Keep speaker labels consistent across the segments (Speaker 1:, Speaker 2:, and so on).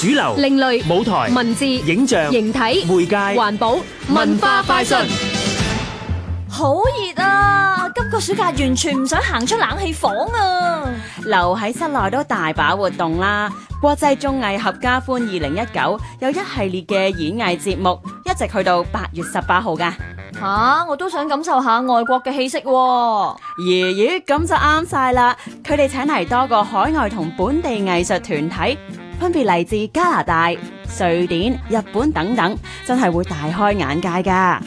Speaker 1: 主流、
Speaker 2: 另類
Speaker 1: 舞台、
Speaker 2: 文字、
Speaker 1: 影像、
Speaker 2: 形體、
Speaker 1: 媒介、
Speaker 2: 環保、
Speaker 1: 文化快訊。
Speaker 3: 好熱啊！今個暑假完全唔想行出冷氣房啊！
Speaker 4: 留喺室內都大把活動啦。國際綜藝合家歡二零一九有一系列嘅演藝節目，一直去到八月十八號㗎。
Speaker 3: 吓、我都想感受下外國嘅氣息、喎。
Speaker 4: 咦咦，咁就啱晒啦！佢哋請嚟多個海外同本地藝術團體，分別嚟自加拿大、瑞典、日本等等，真係會大開眼界㗎。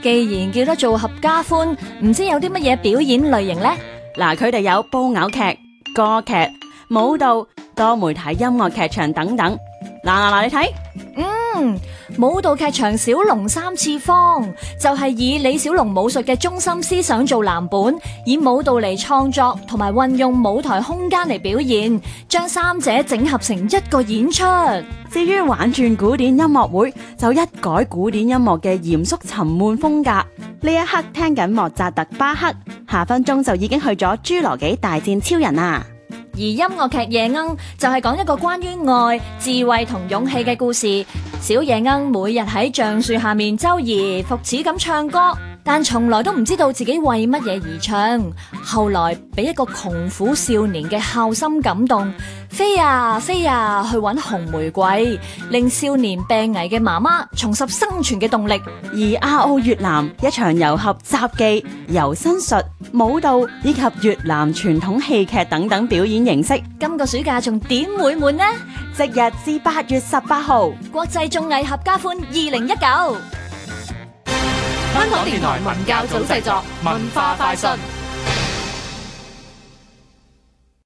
Speaker 3: 既然叫得做合家歡，唔知有啲乜嘢表演類型呢？
Speaker 4: 嗱，佢哋有布偶劇、歌劇、舞蹈、多媒體音樂劇場等等。嗱嗱嗱，你睇
Speaker 3: 舞蹈劇場《小龍三次方》就係、以李小龍武術嘅中心思想做藍本，以舞蹈嚟創作，同埋運用舞台空間嚟表現，將三者整合成一個演出。
Speaker 4: 至於玩轉古典音樂會，就一改古典音樂嘅嚴肅沉悶風格。呢一刻聽緊莫扎特、巴克，下分鐘就已經去咗《侏羅紀大戰超人》啊啦。
Speaker 3: 而音樂劇《夜鶯》就係講一個關於愛、智慧同勇氣嘅故事。小夜鶯每日喺橡樹下面周而復始咁唱歌，但從來都唔知道自己為乜嘢而唱。後來俾一個窮苦少年嘅孝心感動，飛呀飛呀去揾紅玫瑰，令少年病危嘅媽媽重拾生存嘅動力。
Speaker 4: 而阿澳越南一場糅合雜技、柔身術、舞蹈以及越南傳統戲劇等等表演形式，
Speaker 3: 今個暑假仲點會悶呢？
Speaker 4: 即日至八月十八號。
Speaker 3: 國際綜藝合家歡二零一九。
Speaker 2: 香港電台文教組製作，文化快訊。